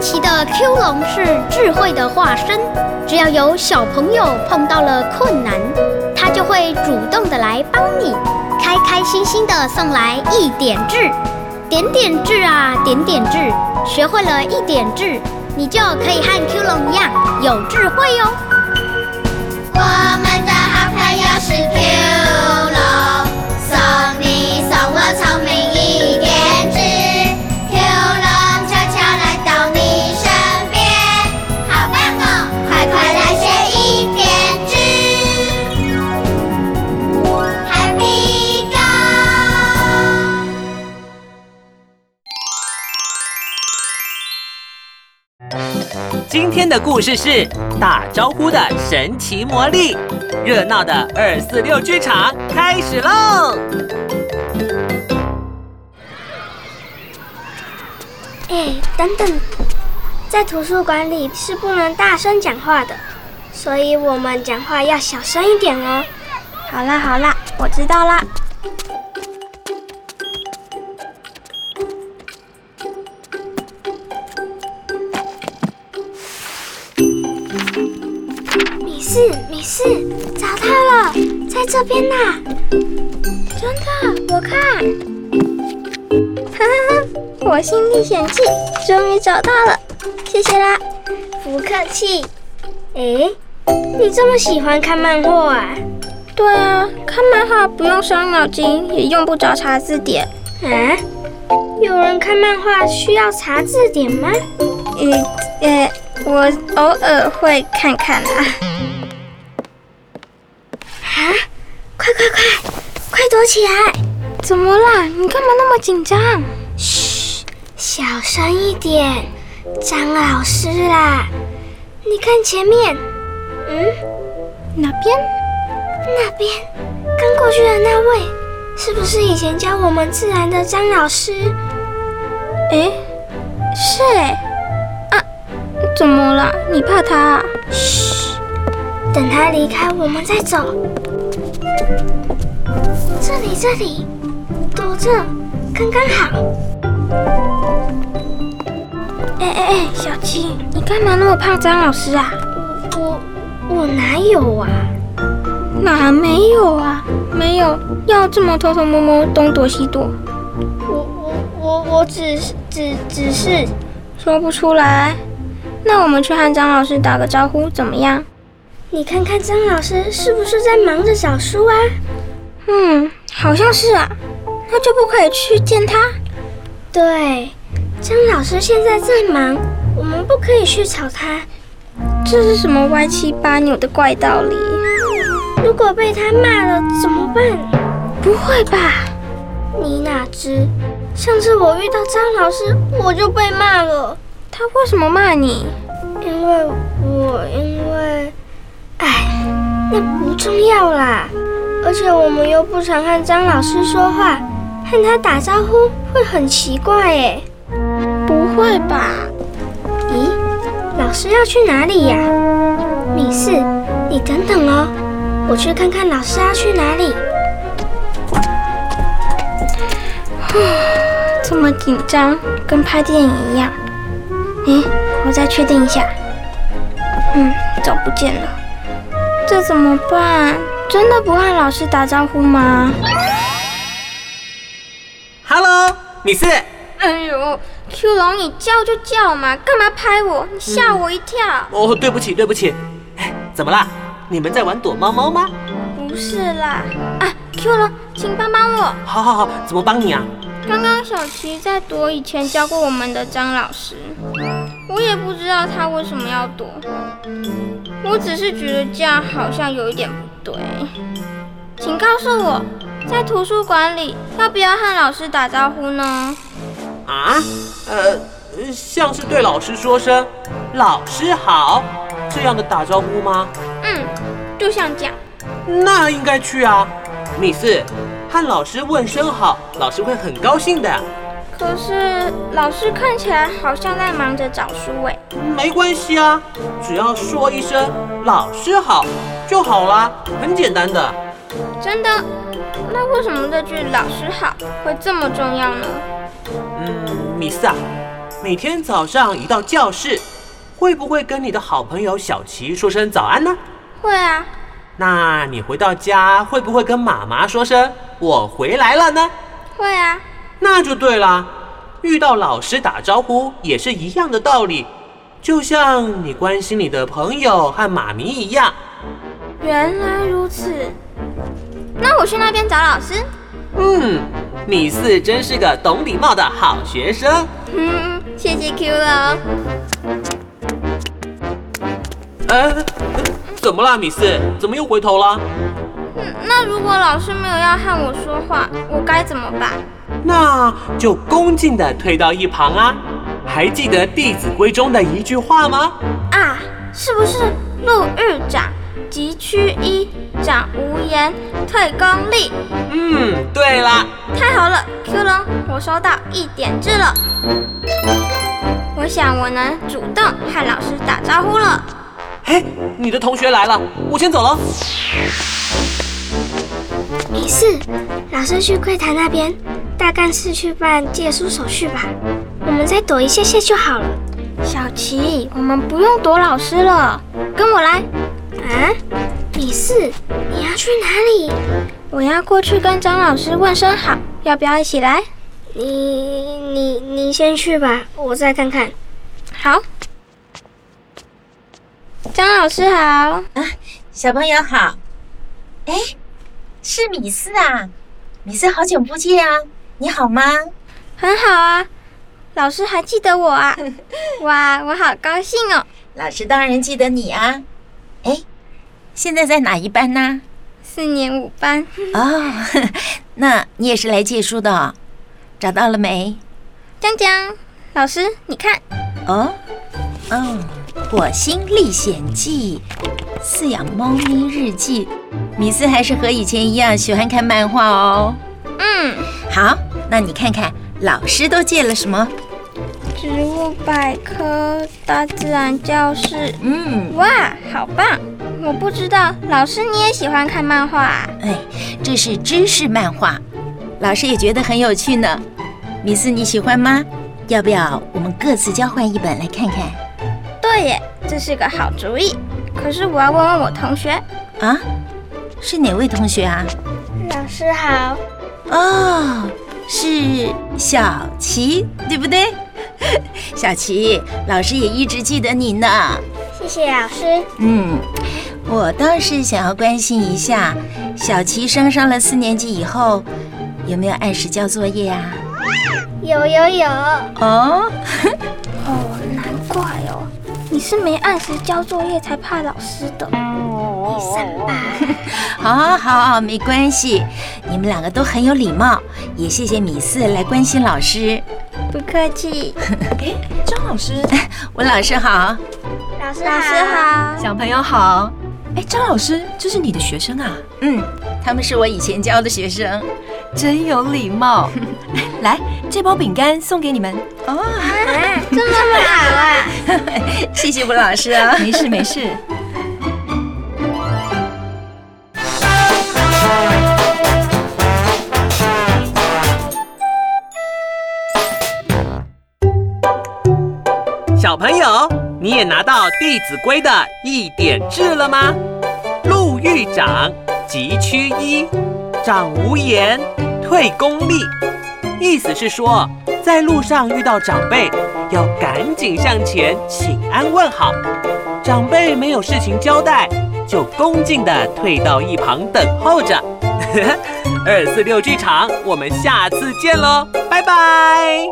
奇的 Q 龙是智慧的化身，只要有小朋友碰到了困难，它就会主动的来帮你，开开心心的送来一点智，点点智啊，点点智，学会了一点智，你就可以和 Q 龙一样有智慧哦。我们的好朋友是 Q 龙，送你送我聪明一点智，Q 龙悄悄来到你身边，好棒哦！快快来学一点智，Happy Go！今天的故事是打招呼的神奇魔力，热闹的二四六剧场开始喽！哎，等等，在图书馆里是不能大声讲话的，所以我们讲话要小声一点哦。好啦好啦，我知道啦。没事没事，找到了，在这边啦！真的，我看。 哈哈哈！火星历险记终于找到了，谢谢啦，不客气。诶，你这么喜欢看漫画啊？对啊，看漫画不用伤脑筋，也用不着查字典。啊？有人看漫画需要查字典吗？呃呃，我偶尔会看看啦。啊！快快快，快躲起来！怎么啦？你干嘛那么紧张？嘘，小声一点，张老师啦！你看前面，嗯，哪边？那边，跟过去的那位，是不是以前教我们自然的张老师？诶，是诶。啊，怎么了？你怕他、啊？嘘，等他离开，我们再走。这里，这里，躲着，刚刚好。哎哎哎，小七，你干嘛那么怕张老师啊？我我哪有啊？哪没有啊？没有，要这么偷偷摸摸，东躲西躲。我我我我只是只只是说不出来。那我们去和张老师打个招呼怎么样？你看看张老师是不是在忙着找书啊？嗯，好像是啊。那就不可以去见他。对，张老师现在在忙，我们不可以去吵他。这是什么歪七八扭的怪道理？如果被他骂了怎么办？不会吧？你哪知？上次我遇到张老师，我就被骂了。他为什么骂你？因为我因为，哎，那不重要啦。而且我们又不常和张老师说话，和他打招呼会很奇怪哎。不会吧？咦，老师要去哪里呀、米四，你等等哦，我去看看老师要去哪里。 这么紧张，跟拍电影一样。诶，我再确定一下。嗯，找不见了。这怎么办？真的不和老师打招呼吗？ Hello，米四，哎呦，Q 龙，你叫就叫嘛，干嘛拍我？你吓我一跳！哦，对不起，对不起，哎，怎么啦？你们在玩躲猫猫吗？不是啦，啊，Q 龙，请帮帮我！好好好，怎么帮你啊？刚刚小琪在躲以前教过我们的张老师，我也不知道他为什么要躲，我只是觉得这样好像有一点不对。请告诉我，在图书馆里要不要和老师打招呼呢？啊？呃，像是对老师说声“老师好”这样的打招呼吗？嗯，就像这样。那应该去啊，米四，和老师问声好，老师会很高兴的。可是老师看起来好像在忙着找书诶。没关系啊，只要说一声“老师好”就好啦，很简单的。真的？那为什么这句“老师好”会这么重要呢？嗯，米斯啊，每天早上一到教室，会不会跟你的好朋友小琪说声早安呢？会啊，那你回到家会不会跟妈妈说声我回来了呢？会啊，那就对啦，遇到老师打招呼也是一样的道理，就像你关心你的朋友和妈咪一样。原来如此。那我去那边找老师。嗯，你是真是个懂礼貌的好学生。嗯，谢谢 Q 了。哎，怎么啦，米四？怎么又回头了？嗯，那如果老师没有要和我说话，我该怎么办？那就恭敬地退到一旁啊。还记得《弟子规》中的一句话吗？啊，是不是路日长，即趋一，长无言，退公力？嗯，对啦，太好了，Q 龙，我收到一点制了。我想我能主动和老师打招呼了。嘿，你的同学来了，我先走了。没事，老师去柜台那边，大概是去办借书手续吧。我们再躲一下下就好了。小琪，我们不用躲老师了，跟我来。啊，没事，你要去哪里？我要过去跟张老师问声好，要不要一起来？你你你先去吧，我再看看。好。张老师好，小朋友好，哎，是米斯啊，米斯好久不见啊，你好吗？很好啊，老师还记得我 啊，哇，我好高兴哦，老师当然记得你啊。哎，现在在哪一班呢？四年五班，哦， 那你也是来借书的哦、找到了没？江江老师，你看，哦，哦，《火星历险记》《饲养猫咪日记》，米斯还是和以前一样喜欢看漫画哦。嗯，好，那你看看老师都借了什么？植物百科、大自然教室，嗯，哇，好棒！我不知道老师你也喜欢看漫画啊，哎，这是知识漫画，老师也觉得很有趣呢。米斯，你喜欢吗？要不要我们各自交换一本来看看？对耶，这是个好主意。可是我要问问我同学，啊，是哪位同学啊？老师好，哦，是小琪，对不对？ 小琪，老师也一直记得你呢。谢谢老师。嗯，我倒是想要关心一下，小琪升上了四年级以后，有没有按时交作业啊？有有有，哦。哦，难怪哦，你是没按时交作业才怕老师的。好好，没关系，你们两个都很有礼貌，也谢谢米四来关心老师。不客 气，张老师，文老师好，老师老师 好。小朋友好。哎，张老师，这是你的学生啊，嗯，他们是我以前教的学生。真有礼貌。哎来，这包饼干送给你们。谢谢文老师啊。没事没事。小朋友，你也拿到《弟子规》的一点制了吗？路欲长，即趋揖；长无言，退公力。意思是说，在路上遇到长辈，要赶紧向前请安问好。长辈没有事情交代，就恭敬地退到一旁等候着。 二四六剧场，我们下次见喽，拜拜。